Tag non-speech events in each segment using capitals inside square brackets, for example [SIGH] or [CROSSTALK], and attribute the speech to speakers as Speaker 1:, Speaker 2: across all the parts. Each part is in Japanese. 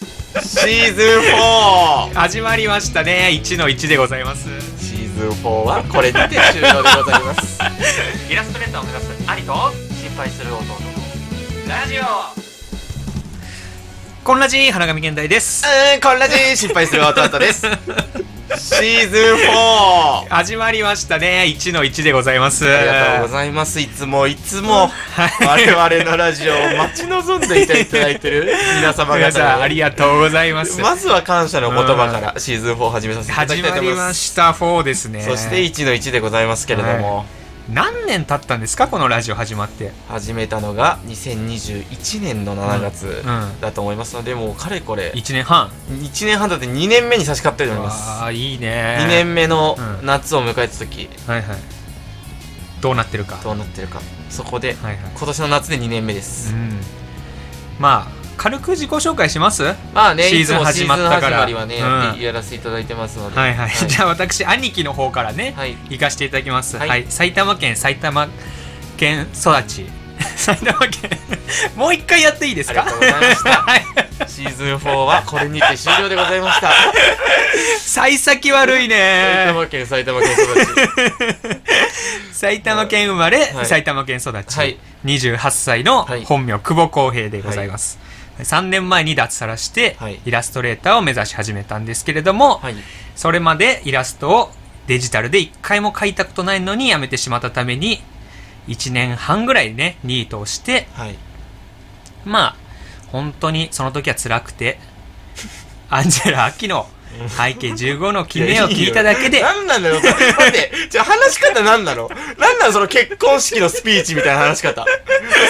Speaker 1: シーズン 4!
Speaker 2: 始まりましたね1の1でございます
Speaker 1: シーズン4はこれにて終了でございます。
Speaker 3: イラストレーターを目指す兄と心配する弟のラジオ
Speaker 2: こんなじ花神現代です
Speaker 1: うん、こんなじ心配する弟です。シーズン 4!
Speaker 2: 始まりましたね1の1でございます
Speaker 1: ありがとうございます。いつもいつも、我々のラジオを待ち望んでいていただいてる皆様
Speaker 2: 皆さん
Speaker 1: 方
Speaker 2: あ
Speaker 1: に
Speaker 2: りがとうございます
Speaker 1: まずは感謝の言葉からシーズン4を始めさせていただ
Speaker 2: 始
Speaker 1: きたい
Speaker 2: ま
Speaker 1: と
Speaker 2: り
Speaker 1: 思いま。
Speaker 2: ますした4ですね
Speaker 1: そして1の1でございますけれども、
Speaker 2: 何年経ったんですかこのラジオ始まって
Speaker 1: 始めたのが2021年の7月
Speaker 2: うんうん
Speaker 1: だと思いますので、もうかれこれ
Speaker 2: 1年半
Speaker 1: 1年半だって2年目に差し掛かってると思います
Speaker 2: ああいいね
Speaker 1: 2年目の
Speaker 2: うん
Speaker 1: 夏を迎えた時
Speaker 2: はいはいどうなってるか
Speaker 1: どうなってるかそこで
Speaker 2: はいはい
Speaker 1: 今年の夏で2年目です、
Speaker 2: うんまあ軽く自己紹介しますは
Speaker 1: まあね
Speaker 2: シーズン
Speaker 1: いつも
Speaker 2: 始まったから
Speaker 1: シーズン始まりはね、
Speaker 2: うん
Speaker 1: やらせていただいてますの
Speaker 2: い
Speaker 1: で
Speaker 2: はい、 [LAUGHS] じ
Speaker 1: ゃ
Speaker 2: ゃあ私兄貴の方からね、
Speaker 1: はい
Speaker 2: 行かせていただきます、は
Speaker 1: はいい
Speaker 2: 埼玉県埼玉県育ち [LAUGHS] 埼玉
Speaker 1: [LAUGHS]
Speaker 2: 県もう一回やっていいですか
Speaker 1: ありがとうございました
Speaker 2: [LAUGHS] はい
Speaker 1: シーズン4はこれにて終了でございました
Speaker 2: [LAUGHS] 幸先悪い
Speaker 1: 埼
Speaker 2: ね
Speaker 1: 玉県埼玉県育
Speaker 2: [LAUGHS]
Speaker 1: ち
Speaker 2: 埼玉県生まれ、
Speaker 1: はい
Speaker 2: 埼玉県育ち、
Speaker 1: はい
Speaker 2: 28歳の
Speaker 1: はい
Speaker 2: 本名、久保浩平でございます、3年前に脱サラして、
Speaker 1: はい
Speaker 2: イラストレーターを目指し始めたんですけれども、
Speaker 1: はい
Speaker 2: それまでイラストをデジタルで一回も描いたことないのにやめてしまったために1年半ぐらいねニートをして
Speaker 1: はい
Speaker 2: まあ本当にその時は辛くて [LAUGHS] アンジェラ・アキの背景15の決めを聞いただけで
Speaker 1: 何なんだよ。待って、じゃあ話し方何なの何なのその結婚式のスピーチみたいな話し方。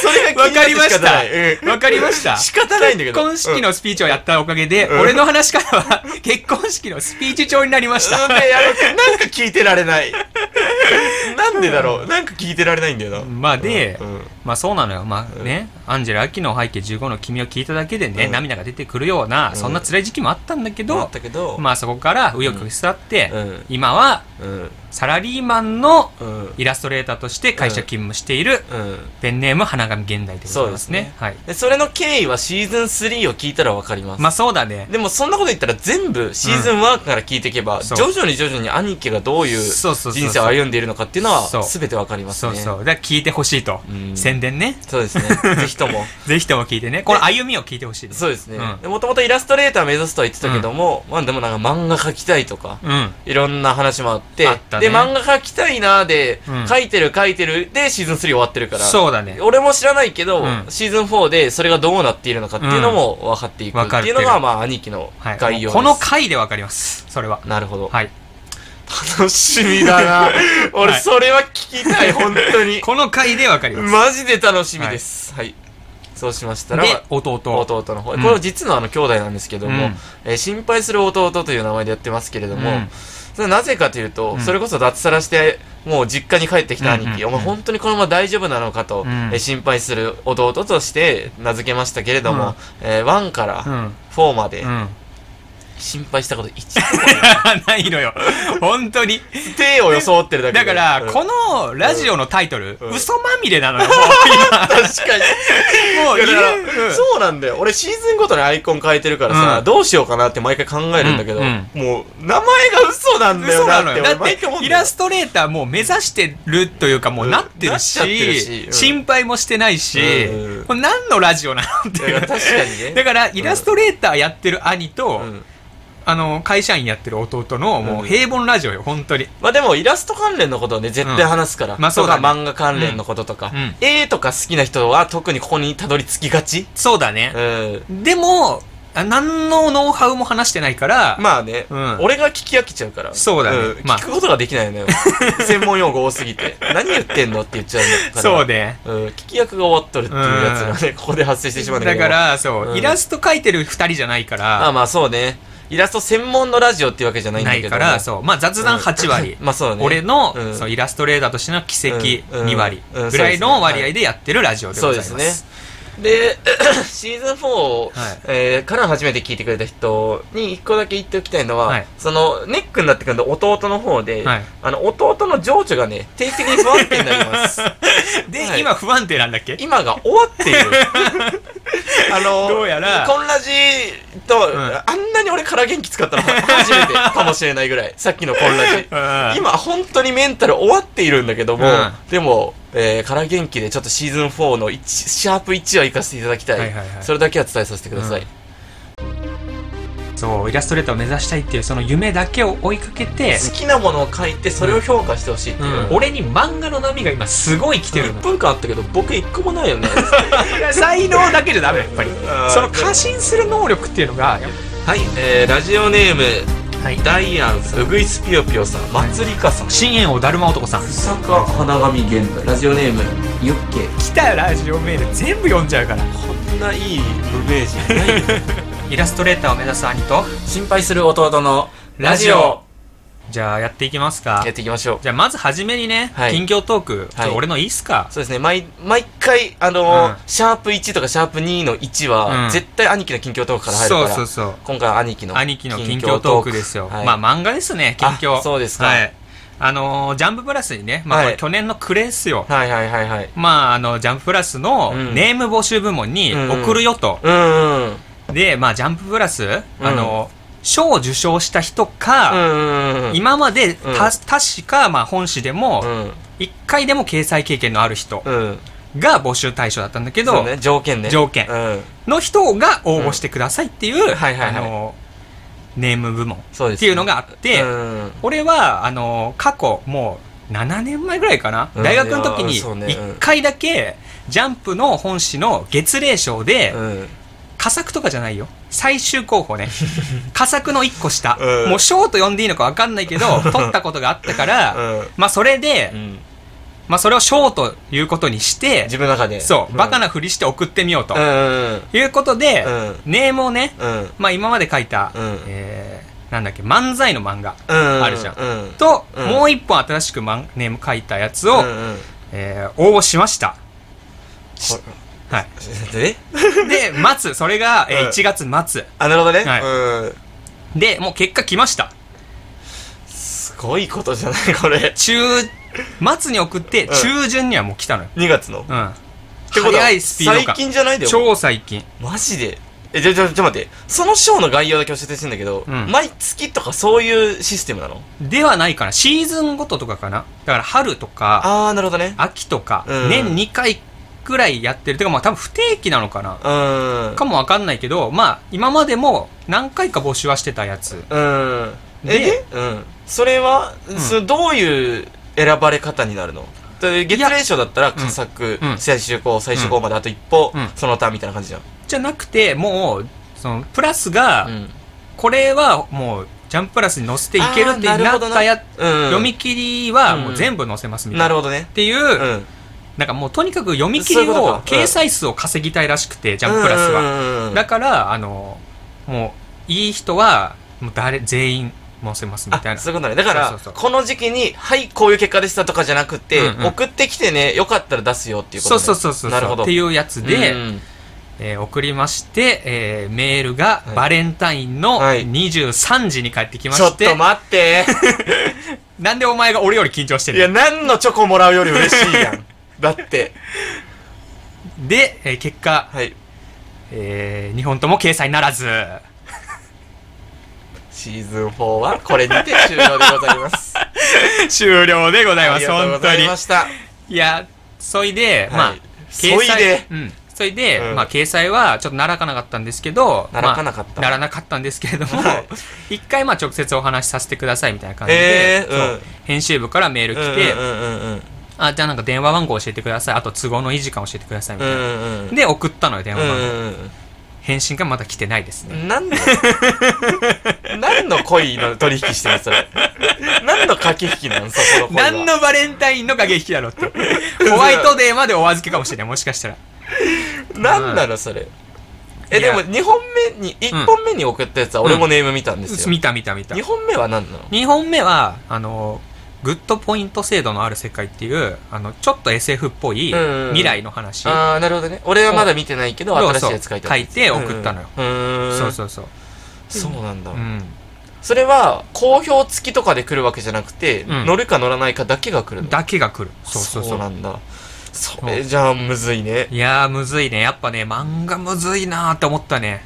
Speaker 1: それが
Speaker 2: わ
Speaker 1: 気にな
Speaker 2: か
Speaker 1: って
Speaker 2: りまし
Speaker 1: 仕方ない
Speaker 2: た
Speaker 1: うん
Speaker 2: わかりました
Speaker 1: 仕方ないんだけ
Speaker 2: 結
Speaker 1: ど。
Speaker 2: 婚式のスピーチをやったおかげで、
Speaker 1: うん
Speaker 2: 俺の話からは結婚式のスピーチ帳になりまし
Speaker 1: うん。
Speaker 2: た、
Speaker 1: うんね、やろうなんか聞いてられない。なんでだろうなんか聞いてられないんだよな。
Speaker 2: まあで、
Speaker 1: うんうん
Speaker 2: まあそうなのよ。まあね、アンジェラ・アキの背景15の君を聞いただけでね、
Speaker 1: うん
Speaker 2: 涙が出てくるような、
Speaker 1: ん
Speaker 2: そんな辛い時期もあったんだけ
Speaker 1: だ
Speaker 2: ど
Speaker 1: っ、たけど、
Speaker 2: まあそこから右翼を座って、
Speaker 1: うんうん
Speaker 2: 今は
Speaker 1: うん。
Speaker 2: サラリーマンの
Speaker 1: うん。
Speaker 2: イラストレーターとして会社勤務している、
Speaker 1: うん。
Speaker 2: ペンネーム花神現代でございますね。はい。
Speaker 1: でそれの経緯はシーズン3を聞いたらわかります。
Speaker 2: まあそうだね。
Speaker 1: でもそんなこと言ったら全部シーズン1から聞いていけば、
Speaker 2: そう
Speaker 1: 徐々に徐々に兄貴がどういう
Speaker 2: そうそうそうそう
Speaker 1: 人生を歩んでいるのかっていうのは
Speaker 2: そう
Speaker 1: 全てわかります
Speaker 2: そ
Speaker 1: ね。
Speaker 2: うそう。だから聞いてほしいと
Speaker 1: う。ん
Speaker 2: 宣伝ね。
Speaker 1: そうです
Speaker 2: [LAUGHS]
Speaker 1: ね。ぜひとも。
Speaker 2: ぜひとも聞いてね。この歩みを聞いてほしいです。
Speaker 1: そうですね
Speaker 2: うん。
Speaker 1: もともとイラストレーター目指すとは言ってたけども、まあでもなんか漫画描きたいとか、
Speaker 2: うん。
Speaker 1: いろんな話もあって、
Speaker 2: あったね
Speaker 1: で、漫画描きたいなーで、
Speaker 2: うん
Speaker 1: 描いてる描いてるでシーズン3終わってるから、
Speaker 2: そうだね。
Speaker 1: 俺も知らないけど、
Speaker 2: うん
Speaker 1: シーズン4でそれがどうなっているのかっていうのも分かっていく
Speaker 2: うん
Speaker 1: っていうのが、まあ兄貴の
Speaker 2: はい。
Speaker 1: 概要です。
Speaker 2: この回でわかります。それは。
Speaker 1: なるほど。
Speaker 2: はい。
Speaker 1: 楽しみだな俺
Speaker 2: はい
Speaker 1: それは聞き
Speaker 2: [LAUGHS]
Speaker 1: たい、本当に。
Speaker 2: この回でわかります。
Speaker 1: マジで楽しみです。はい。そうしましたら、
Speaker 2: で、弟。
Speaker 1: 弟の方、
Speaker 2: うん
Speaker 1: これ実のあの兄弟なんですけども、
Speaker 2: うん
Speaker 1: えー心配する弟という名前でやってますけれども、
Speaker 2: うん
Speaker 1: それなぜかというと、
Speaker 2: うん
Speaker 1: それこそ脱サラしてもう実家に帰ってきた兄
Speaker 2: う
Speaker 1: 貴、
Speaker 2: んうんうん
Speaker 1: お前本当にこのまま大丈夫なのかと、
Speaker 2: うん
Speaker 1: えー心配する弟として名付けましたけれども、えー1か
Speaker 2: う
Speaker 1: ら
Speaker 2: ん。
Speaker 1: 4まで
Speaker 2: うん。
Speaker 1: 心配したこと一度も
Speaker 2: [LAUGHS] ないのよ。本当に。[LAUGHS]
Speaker 1: 手を装ってるだけ
Speaker 2: だか
Speaker 1: で
Speaker 2: ら、
Speaker 1: うん
Speaker 2: このラジオのタイトル、
Speaker 1: うん
Speaker 2: 嘘まみれなの
Speaker 1: [LAUGHS]
Speaker 2: よ。も
Speaker 1: 確かに
Speaker 2: う今、もう
Speaker 1: いやだから
Speaker 2: 入れる
Speaker 1: そうなんだよ俺シーズンごとにアイコン変えてるからさ、
Speaker 2: うん
Speaker 1: どうしようかなって毎回考えるんだけど、
Speaker 2: うん
Speaker 1: もう名前が嘘なんだよ
Speaker 2: 嘘な
Speaker 1: なっ
Speaker 2: の
Speaker 1: て
Speaker 2: よ。だ
Speaker 1: 俺
Speaker 2: っ
Speaker 1: 毎回思うん
Speaker 2: て、イ
Speaker 1: だよ
Speaker 2: ラストレーターもう目指してるというか、もうなってるし、
Speaker 1: うんなっちゃってるしうん
Speaker 2: 心配もしてないし、
Speaker 1: うん
Speaker 2: これ何のラジオなのって
Speaker 1: だ
Speaker 2: い
Speaker 1: から
Speaker 2: う。
Speaker 1: 確かにね
Speaker 2: だから、イラストレーターやってる兄と、
Speaker 1: うん
Speaker 2: あの、会社員やってる弟の、もう平凡ラジオよ、本当に。
Speaker 1: まあでもイラスト関連のことをね絶対話すから、
Speaker 2: まあそうだね
Speaker 1: とか漫画関連のこととか、
Speaker 2: うんうん
Speaker 1: 絵とか好きな人は特にここにたどり着きがち、
Speaker 2: そうだね
Speaker 1: う。ん、
Speaker 2: でも、あ何のノウハウも話してないから、
Speaker 1: まあね、
Speaker 2: うん
Speaker 1: 俺が聞き飽きちゃうから
Speaker 2: そうだね
Speaker 1: ん
Speaker 2: まあ
Speaker 1: 聞くことができない [LAUGHS] のよ専門用語多すぎて何言ってんのって言っちゃうから
Speaker 2: そうね。
Speaker 1: うん、聞き役が終わっとるっていうやつがね、ここで発生してしまうんだ
Speaker 2: だ
Speaker 1: け
Speaker 2: か
Speaker 1: ど
Speaker 2: ら、そう、
Speaker 1: うん
Speaker 2: イラスト描いてる二人じゃないか
Speaker 1: まあ
Speaker 2: ら、
Speaker 1: まあそうねイラスト専門のラジオっていうわけじゃないんだ
Speaker 2: な
Speaker 1: け
Speaker 2: い
Speaker 1: ど
Speaker 2: から、そう、まあ雑談8割
Speaker 1: [LAUGHS] 。まあそうだね
Speaker 2: 俺の、
Speaker 1: うん
Speaker 2: そのイラストレーターとしての奇跡
Speaker 1: うんうん
Speaker 2: 2割
Speaker 1: うん
Speaker 2: ぐらいの割合でやってるラジオで
Speaker 1: そ
Speaker 2: ご
Speaker 1: う
Speaker 2: ざい
Speaker 1: で
Speaker 2: ます。
Speaker 1: すねで、 [COUGHS] シーズン4を、
Speaker 2: はい
Speaker 1: えーから初めて聞いてくれた人に一個だけ言っておきたいのは、
Speaker 2: はい
Speaker 1: その、ネックになってくるの弟の方で、
Speaker 2: はい
Speaker 1: あの、弟の情緒がね、定期的に不安定になり
Speaker 2: [LAUGHS]
Speaker 1: ます。
Speaker 2: で、
Speaker 1: はい
Speaker 2: 今不安定なんだっけ
Speaker 1: 今が終わっている。あ
Speaker 2: [LAUGHS]
Speaker 1: の、
Speaker 2: どうやら
Speaker 1: こんなじと、
Speaker 2: ん
Speaker 1: あんなに俺から元気使ったの初めてかもしれないぐらい、さっきのこんなじ。
Speaker 2: 今
Speaker 1: [LAUGHS] 今本当にメンタル終わっているんだけども、
Speaker 2: うん
Speaker 1: でも、えー、から元気でちょっとシーズン4の1シャープ1は行かせていただきたい,、
Speaker 2: はいはいはい
Speaker 1: それだけは伝えさせてください、
Speaker 2: うんそうイラストレーターを目指したいっていうその夢だけを追いかけて、
Speaker 1: 好きなものを書いてそれを評価してほしいっていう、
Speaker 2: うん俺に漫画の波が今すごい来てる
Speaker 1: [LAUGHS] 1
Speaker 2: の
Speaker 1: 分間あったけど僕1個もないよね
Speaker 2: 才能だけじゃダメやっぱり
Speaker 1: ん
Speaker 2: その過信する能力っていうのが
Speaker 1: [LAUGHS] はい、えー、ラジオネーム
Speaker 2: はい
Speaker 1: ダイアンうぐいすぴよぴよさんまつりかさん
Speaker 2: 深淵王だるま男さん
Speaker 1: 坂花神玄太ラジオネームユッケ
Speaker 2: 来たラジオメール全部読んじゃうから
Speaker 1: こんないい無名人ないよ
Speaker 2: [LAUGHS] イラストレーターを目指す兄と
Speaker 1: 心配する弟のラ
Speaker 2: ラ
Speaker 1: ジ
Speaker 2: ジ
Speaker 1: オ
Speaker 2: オじゃあやっていきますか
Speaker 1: やっていきましょう
Speaker 2: じゃあまずはじめにね、
Speaker 1: はい
Speaker 2: 近況トーク、
Speaker 1: はい
Speaker 2: 俺のいいっすか
Speaker 1: そうですね毎毎回あのー
Speaker 2: うん
Speaker 1: シャープ1とかシャープ2の1
Speaker 2: う
Speaker 1: は、
Speaker 2: ん
Speaker 1: 絶対兄貴の近況トークから入るか
Speaker 2: そ
Speaker 1: ら
Speaker 2: うそうそう
Speaker 1: 今回は兄貴の
Speaker 2: 兄貴の近況トークですよ、
Speaker 1: はい
Speaker 2: まあ漫画ですね近況
Speaker 1: あそうですか
Speaker 2: はい、あのージャンププラスにね、まあ、
Speaker 1: はい
Speaker 2: これ去年の暮れですよ、
Speaker 1: はいはいはいはい
Speaker 2: まあ、あの、ジャンププラスの
Speaker 1: うん
Speaker 2: ネーム募集部門に
Speaker 1: うん
Speaker 2: 送るよと。
Speaker 1: うんうん
Speaker 2: で、まあ、ジャンププラス、
Speaker 1: ん
Speaker 2: あの、賞を受賞した人か、
Speaker 1: うんうん
Speaker 2: 今まで、た
Speaker 1: うん
Speaker 2: 確か、まあ、本誌でも
Speaker 1: う、ん
Speaker 2: 一回でも掲載経験のある人
Speaker 1: うん
Speaker 2: が募集対象だったんだけ
Speaker 1: そ
Speaker 2: ど、
Speaker 1: うね条件ね
Speaker 2: 条件
Speaker 1: うん
Speaker 2: の人が応募してくださいっていう、
Speaker 1: んはいはいはい
Speaker 2: あの、ネーム部門っ
Speaker 1: そうです
Speaker 2: ていうのがあって、
Speaker 1: うん
Speaker 2: 俺は、あの、過去、もう、7年前ぐらいかな、
Speaker 1: うん
Speaker 2: 大学の時
Speaker 1: い
Speaker 2: に、
Speaker 1: やそうねうん
Speaker 2: 一回だけ、ジャンプの本誌の月例賞で、
Speaker 1: うん
Speaker 2: 佳作とかじゃないよ最終候
Speaker 1: [LAUGHS]
Speaker 2: 補ね佳作の1個下、
Speaker 1: うん
Speaker 2: もう賞と呼んでいいのか分かんないけど
Speaker 1: [LAUGHS]
Speaker 2: 取ったことがあったから、
Speaker 1: うん
Speaker 2: まあそれで、
Speaker 1: うん
Speaker 2: まあそれを賞ということにして
Speaker 1: 自分の中で
Speaker 2: そう、
Speaker 1: ん
Speaker 2: バカなふりして送ってみようと、
Speaker 1: うんうん
Speaker 2: いうことで、
Speaker 1: うん
Speaker 2: ネームをね、
Speaker 1: うん
Speaker 2: まあ今まで書いた、
Speaker 1: うん
Speaker 2: えーなんだっけ漫才の漫画
Speaker 1: うん
Speaker 2: あるじゃん
Speaker 1: うん
Speaker 2: と、
Speaker 1: うん
Speaker 2: もう一本新しくマンネーム書いたやつを、
Speaker 1: うんうん
Speaker 2: えー応募しました
Speaker 1: こ [LAUGHS]
Speaker 2: はい
Speaker 1: え
Speaker 2: で待つそれが、え
Speaker 1: うん
Speaker 2: ー、1月末
Speaker 1: あなるほどね
Speaker 2: はい
Speaker 1: うん
Speaker 2: でもう結果来ました
Speaker 1: すごいことじゃないこれ
Speaker 2: 中、末に送って、
Speaker 1: うん
Speaker 2: 中旬にはもう来たのよ。
Speaker 1: 2月の
Speaker 2: うん。
Speaker 1: ってことは
Speaker 2: 早いスピード
Speaker 1: 最
Speaker 2: 感。
Speaker 1: 近じゃないでよ
Speaker 2: 超最近。
Speaker 1: マジでえじゃじゃちょっと待ってそのショーの概要だけ教えてほしいんだけど、
Speaker 2: うん
Speaker 1: 毎月とかそういうシステムなの
Speaker 2: ではないかな。シーズンごととかかな。だから春とか、
Speaker 1: ああーなるほどね
Speaker 2: 秋とか、
Speaker 1: うん
Speaker 2: 年2回くらいやってる。てかまあ多分不定期なのかな。
Speaker 1: うーん
Speaker 2: かもわかんないけど、まあ今までも何回か募集はしてたやつ。
Speaker 1: うーんえで
Speaker 2: で、
Speaker 1: うん、それは、
Speaker 2: ん
Speaker 1: そのどういう選ばれ方になるので月齢賞だったら佳作、
Speaker 2: うん
Speaker 1: 最終項最終項まであと一歩、
Speaker 2: うん
Speaker 1: その他みたいな感じじゃん、
Speaker 2: じゃなくて、もう、その、プラスが、
Speaker 1: うん
Speaker 2: これはもう、ジャンププラスに載せていけるって
Speaker 1: あーな
Speaker 2: な
Speaker 1: るほ
Speaker 2: っ
Speaker 1: どな
Speaker 2: たや、
Speaker 1: うん、
Speaker 2: 読み切りはもう全部載せますみたいな。
Speaker 1: なるほどね
Speaker 2: っていう、
Speaker 1: うん
Speaker 2: なんかもうとにかく読み切り
Speaker 1: そういうこと
Speaker 2: を
Speaker 1: かうん
Speaker 2: 掲載数を稼ぎたいらしくて、ジャンププラスは。
Speaker 1: は
Speaker 2: だから、あの、もう、いい人は、もう誰、全員載せますみたい
Speaker 1: あ
Speaker 2: な。
Speaker 1: そういうことねだか
Speaker 2: そ
Speaker 1: ら
Speaker 2: うそうそう
Speaker 1: この時期に「はいこういう結果でした」とかじゃなくて、
Speaker 2: うんうん
Speaker 1: 送ってきてねよかったら出すよっていうこと、
Speaker 2: そう
Speaker 1: ね、
Speaker 2: そうそうそう。
Speaker 1: なるほど
Speaker 2: っていうやつ
Speaker 1: う
Speaker 2: で、
Speaker 1: ん
Speaker 2: えー送りまして、えーメールが
Speaker 1: はい
Speaker 2: バレンタインの
Speaker 1: はい
Speaker 2: 23時に帰ってきま
Speaker 1: ちょっ
Speaker 2: して、
Speaker 1: と待って
Speaker 2: [LAUGHS] なんでお前が俺より緊張して
Speaker 1: いや
Speaker 2: る
Speaker 1: 何のチョコもらうより嬉しいやんだって
Speaker 2: で、えー結果、
Speaker 1: はい
Speaker 2: え2本とも掲載なら
Speaker 1: [LAUGHS]
Speaker 2: ず。
Speaker 1: シーズン4はこれにて終了でございます
Speaker 2: [LAUGHS] 終了でござい
Speaker 1: あ
Speaker 2: ま
Speaker 1: り
Speaker 2: す、
Speaker 1: がとうご
Speaker 2: 本当
Speaker 1: ざ
Speaker 2: に
Speaker 1: いま。した
Speaker 2: いや、そいで、
Speaker 1: い
Speaker 2: まあ、
Speaker 1: そいで
Speaker 2: うん。そいで、
Speaker 1: うん
Speaker 2: まあ、掲載はちょっとならかなかったんですけど、
Speaker 1: ならかなかった
Speaker 2: まあならなかったんですけれども
Speaker 1: は、
Speaker 2: 一回、まあ、直接お話しさせてくださいみたいな感じで、
Speaker 1: えー
Speaker 2: そう
Speaker 1: うん
Speaker 2: 編集部からメール来て、
Speaker 1: うんうんうん
Speaker 2: あ、じゃあなんか電話番号教えてください。あと都合のいい時間教えてくださいみ
Speaker 1: う
Speaker 2: たいな。
Speaker 1: んうんうん
Speaker 2: で、送ったのよ、電
Speaker 1: う
Speaker 2: 話
Speaker 1: ん
Speaker 2: 番号。
Speaker 1: うん
Speaker 2: 返信がまだ来てないです
Speaker 1: う
Speaker 2: ね。
Speaker 1: ん何の何の恋の取引してるのそれ何の駆け引きなのそこの恋は
Speaker 2: 何のバレンタインの駆け引きだろう
Speaker 1: [LAUGHS]
Speaker 2: って。ホワイトデーまでお預けかもしれない、もしかしたら。
Speaker 1: なんなのそれえ
Speaker 2: い
Speaker 1: で
Speaker 2: や
Speaker 1: も2本目に1本目に送ったやつは俺もネーム見たんですよ、
Speaker 2: 見た見た見た
Speaker 1: 2。本目は何なの
Speaker 2: 2本目は、あの、グッドポイント制度のある世界っていう、あの、ちょっと SF っぽい
Speaker 1: うんうん
Speaker 2: 未来の話を
Speaker 1: ああ、なるほどね。俺はまだ見てないけど、新しいやつ書いてあ
Speaker 2: 書
Speaker 1: る
Speaker 2: いて送ったのよ。
Speaker 1: うんうん。
Speaker 2: そうそうそう。
Speaker 1: そうなんだ。
Speaker 2: うん。
Speaker 1: それは、好評付きとかで来るわけじゃなくて、
Speaker 2: うん
Speaker 1: 乗るか乗らないかだけが来るの。
Speaker 2: だけが来る。そうそうそう。
Speaker 1: なんだ。それじゃあ、むずいね。
Speaker 2: いやー、むずいね。やっぱね、漫画むずいなーって思ったね。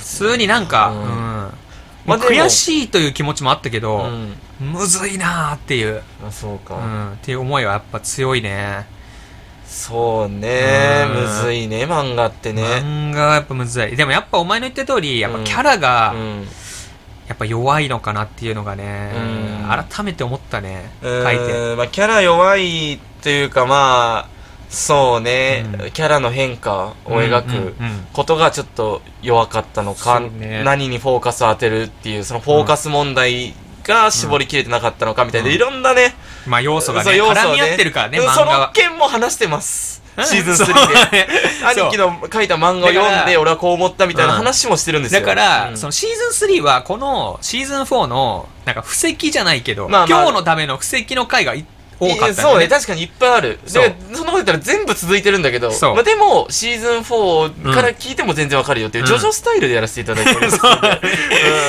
Speaker 2: 普通になんか、
Speaker 1: う
Speaker 2: うんん。
Speaker 1: まあでも
Speaker 2: 悔しいという気持ちもあったけ
Speaker 1: う
Speaker 2: ど、
Speaker 1: ん。
Speaker 2: むずいなーっていう、
Speaker 1: あ、そう
Speaker 2: う
Speaker 1: か。
Speaker 2: ん、っていう思いはやっぱ強いね。
Speaker 1: そうね、
Speaker 2: うん
Speaker 1: むずいね、漫画ってね。
Speaker 2: 漫画はやっぱむずい。でもやっぱお前の言った通り、やっぱキャラ
Speaker 1: う
Speaker 2: が、
Speaker 1: ん。
Speaker 2: やっぱ弱いのかなっていうのがね、
Speaker 1: うん
Speaker 2: 改めて思ったね。
Speaker 1: う
Speaker 2: 書いて。
Speaker 1: ーんまあ、キャラ弱いっていうか、まあ、そうね、
Speaker 2: うん
Speaker 1: キャラの変化を描
Speaker 2: うんうん
Speaker 1: く
Speaker 2: うん
Speaker 1: ことがちょっと弱かったのか、
Speaker 2: そうね
Speaker 1: 何にフォーカスを当てるっていう、そのフォーカス問題が絞りきれてなかったのかみたいな、
Speaker 2: うん
Speaker 1: いろんなね、
Speaker 2: まあ要素がね、
Speaker 1: そう要素を
Speaker 2: 絡み
Speaker 1: ね
Speaker 2: 合ってるからね、漫
Speaker 1: うん
Speaker 2: 画
Speaker 1: その
Speaker 2: は。
Speaker 1: 件も話してます。シーズ
Speaker 2: [LAUGHS]
Speaker 1: ン
Speaker 2: そう
Speaker 1: 3で。
Speaker 2: ねそう
Speaker 1: 兄貴の書いた漫画
Speaker 2: だ
Speaker 1: を
Speaker 2: から
Speaker 1: 読んで、俺はこう思ったみたいな話もしてるんですよ。
Speaker 2: だから、
Speaker 1: うん
Speaker 2: そのシーズン3は、このシーズン4の、なんか、布石じゃないけど、
Speaker 1: まあまあ
Speaker 2: 今日のための布石の回がい多かったんだ
Speaker 1: い
Speaker 2: [LAUGHS]
Speaker 1: やそうね、確かにいっぱいある。で、
Speaker 2: そう
Speaker 1: そんなこと言ったら全部続いてるんだけど、
Speaker 2: そう
Speaker 1: まあ、でも、シーズン4から聞いても全然わかるよってい
Speaker 2: う
Speaker 1: う、
Speaker 2: ん
Speaker 1: ジョジョスタイルでやらせていただいておりま
Speaker 2: [LAUGHS]
Speaker 1: す
Speaker 2: そう
Speaker 1: ので。 [LAUGHS]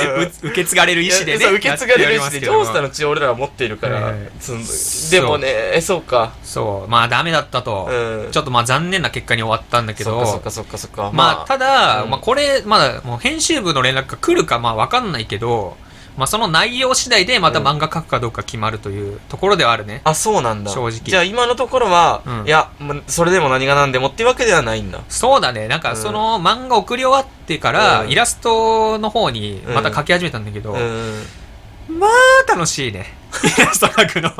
Speaker 1: うん
Speaker 2: う受け継がれる意思で
Speaker 1: いや
Speaker 2: ね。
Speaker 1: そう受け継がれる意
Speaker 2: や
Speaker 1: 思
Speaker 2: っておりますけ
Speaker 1: で、ジ
Speaker 2: ど
Speaker 1: ョ
Speaker 2: も
Speaker 1: ースターの血を俺らは持っているから、
Speaker 2: はいはい
Speaker 1: そ
Speaker 2: そ
Speaker 1: の
Speaker 2: う
Speaker 1: でもね、そうか。
Speaker 2: そう、まあ、ダメだったと、
Speaker 1: うん
Speaker 2: ちょっとまあ、残念な結果に終わったんだけ
Speaker 1: そっかそっ
Speaker 2: ど
Speaker 1: か、そっかそっか。
Speaker 2: まあ、ただ、
Speaker 1: うん
Speaker 2: まあ、これ、まだ、もう編集部の連絡が来るか、まあ、わかんないけど、まあ、その内容次第で、また漫画書くかどうか決まるというところではあるね。
Speaker 1: あ、そうなんだ。
Speaker 2: 正直
Speaker 1: じゃあ今のところは、
Speaker 2: うん
Speaker 1: いや、まあそれでも何が何でもっていうわけではないんだ。
Speaker 2: そうだね。なんか、その漫画送り終わってから、
Speaker 1: うん
Speaker 2: イラストの方にまた書き始めたんだけど、
Speaker 1: うん。
Speaker 2: まあ楽しいね。 [LAUGHS] イラスト描く
Speaker 1: [LAUGHS]
Speaker 2: の。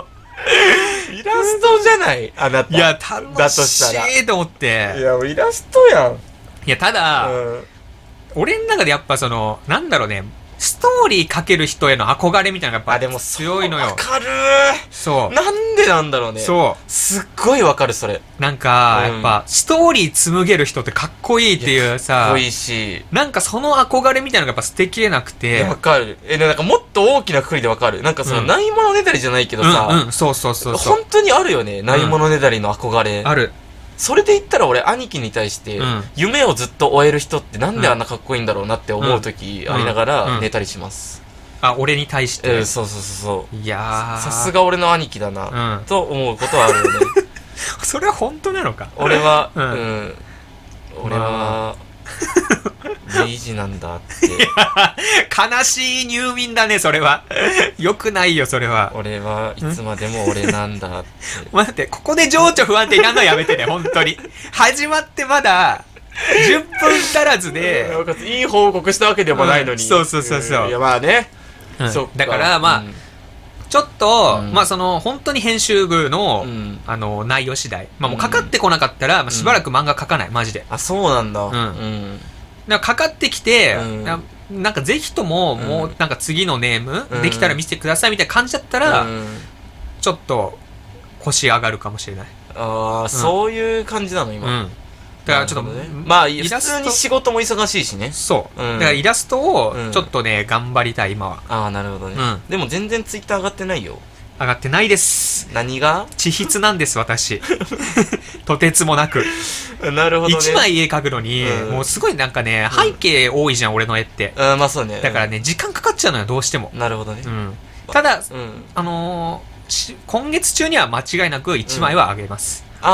Speaker 1: イラストじゃないあなた。
Speaker 2: いや、楽
Speaker 1: だと
Speaker 2: し
Speaker 1: したら
Speaker 2: いと思っ
Speaker 1: い
Speaker 2: て。
Speaker 1: や、もうイラストやん。
Speaker 2: いや、ただ、
Speaker 1: うん
Speaker 2: 俺の中でやっぱその、なんだろうね、ストーリー描ける人への憧れみたいなのが
Speaker 1: あ、
Speaker 2: や
Speaker 1: で
Speaker 2: っ
Speaker 1: も
Speaker 2: ぱ
Speaker 1: そう
Speaker 2: 強いの
Speaker 1: わ
Speaker 2: よ。
Speaker 1: かる
Speaker 2: そ
Speaker 1: なんでなんだろう
Speaker 2: う。
Speaker 1: ね。
Speaker 2: そ
Speaker 1: すっごいわかる、それ。
Speaker 2: う。なんか、
Speaker 1: うん
Speaker 2: やっぱ、ストーリー紡げる人ってかっこいいっていうさ
Speaker 1: 濃、いし。
Speaker 2: なんかその憧れみたいなのがやっぱ捨てきれなくて。
Speaker 1: わかる。え、でもなんかもっと大きな括りでわかる。なんかその、
Speaker 2: うん
Speaker 1: ないものねだりじゃないけど
Speaker 2: うん
Speaker 1: さ、
Speaker 2: うん、そうそうそうそう。
Speaker 1: 本当にあるよね。ないものねだりの憧れ。
Speaker 2: ある。
Speaker 1: それで言ったら俺、兄貴に対して
Speaker 2: うん、
Speaker 1: 夢をずっと終える人ってなんであんなかっこいいんだろうなって思う時ありなが
Speaker 2: うんう
Speaker 1: ら
Speaker 2: ん
Speaker 1: 寝たりします。
Speaker 2: あ、俺に対して。
Speaker 1: えーそうそうそう
Speaker 2: いや
Speaker 1: そう。
Speaker 2: ー。
Speaker 1: さすが俺の兄貴だな、
Speaker 2: うん。
Speaker 1: と思うことはあるよね。
Speaker 2: それは本当なのか。
Speaker 1: 俺は、う
Speaker 2: うん
Speaker 1: ん。俺は、イジなんだって。
Speaker 2: 悲しい入眠だね、それは。 [LAUGHS] よくないよ、それは。
Speaker 1: 俺はいつまでも俺なんだって。
Speaker 2: 待って、ここで情緒不安定になるのやめてね、本当に。始まってまだ、10分足らずで
Speaker 1: な、おかついい報告したわけでもないのに。
Speaker 2: うんそうそうそうそうん
Speaker 1: いや、まあね。
Speaker 2: うん
Speaker 1: そっか
Speaker 2: だから、まあ、
Speaker 1: うん
Speaker 2: ちょっと、
Speaker 1: うん
Speaker 2: まあ、その、本当に編集部の、
Speaker 1: うん
Speaker 2: あの、内容次第。まあ、もうかかってこなかったら、まあ、しばらく漫画書かない、マジで。
Speaker 1: あ、そうなんだ。
Speaker 2: ん
Speaker 1: うん。
Speaker 2: なんかかかってきて、
Speaker 1: うん
Speaker 2: ななんかぜひとも、も
Speaker 1: う
Speaker 2: うんなんか次のネーム、
Speaker 1: うん
Speaker 2: できたら見せてくださいみたいな感じだったら、
Speaker 1: うん
Speaker 2: ちょっと腰上がるかもしれない。
Speaker 1: ああ、そういう感じなの、
Speaker 2: うん。
Speaker 1: 今。
Speaker 2: だからちょっと、
Speaker 1: なるほどねまあ、
Speaker 2: イ
Speaker 1: 普
Speaker 2: ラスト
Speaker 1: 通に仕事も忙しいしね。
Speaker 2: そう。
Speaker 1: うん
Speaker 2: だからイラストを
Speaker 1: うん
Speaker 2: ちょっとね、頑張りたい、今は。
Speaker 1: ああ、なるほどね
Speaker 2: うん。
Speaker 1: でも全然ツイッター上がってないよ。
Speaker 2: 上がってないです。
Speaker 1: 何が
Speaker 2: 地筆なんです、私。
Speaker 1: [LAUGHS]
Speaker 2: とてつもなく。
Speaker 1: なるほど
Speaker 2: [LAUGHS]
Speaker 1: ね。
Speaker 2: 一、枚絵描くのに、
Speaker 1: うん
Speaker 2: もうすごいなんかね、背景多いじゃん、俺の絵って。
Speaker 1: うん、まあそうね。
Speaker 2: だからね、時間かかっちゃうのよ、どうしても
Speaker 1: う。ん。なるほどね
Speaker 2: う。ん。ただ、
Speaker 1: うん。
Speaker 2: あのーし今月中には間違いなく1枚はあげます。
Speaker 1: あ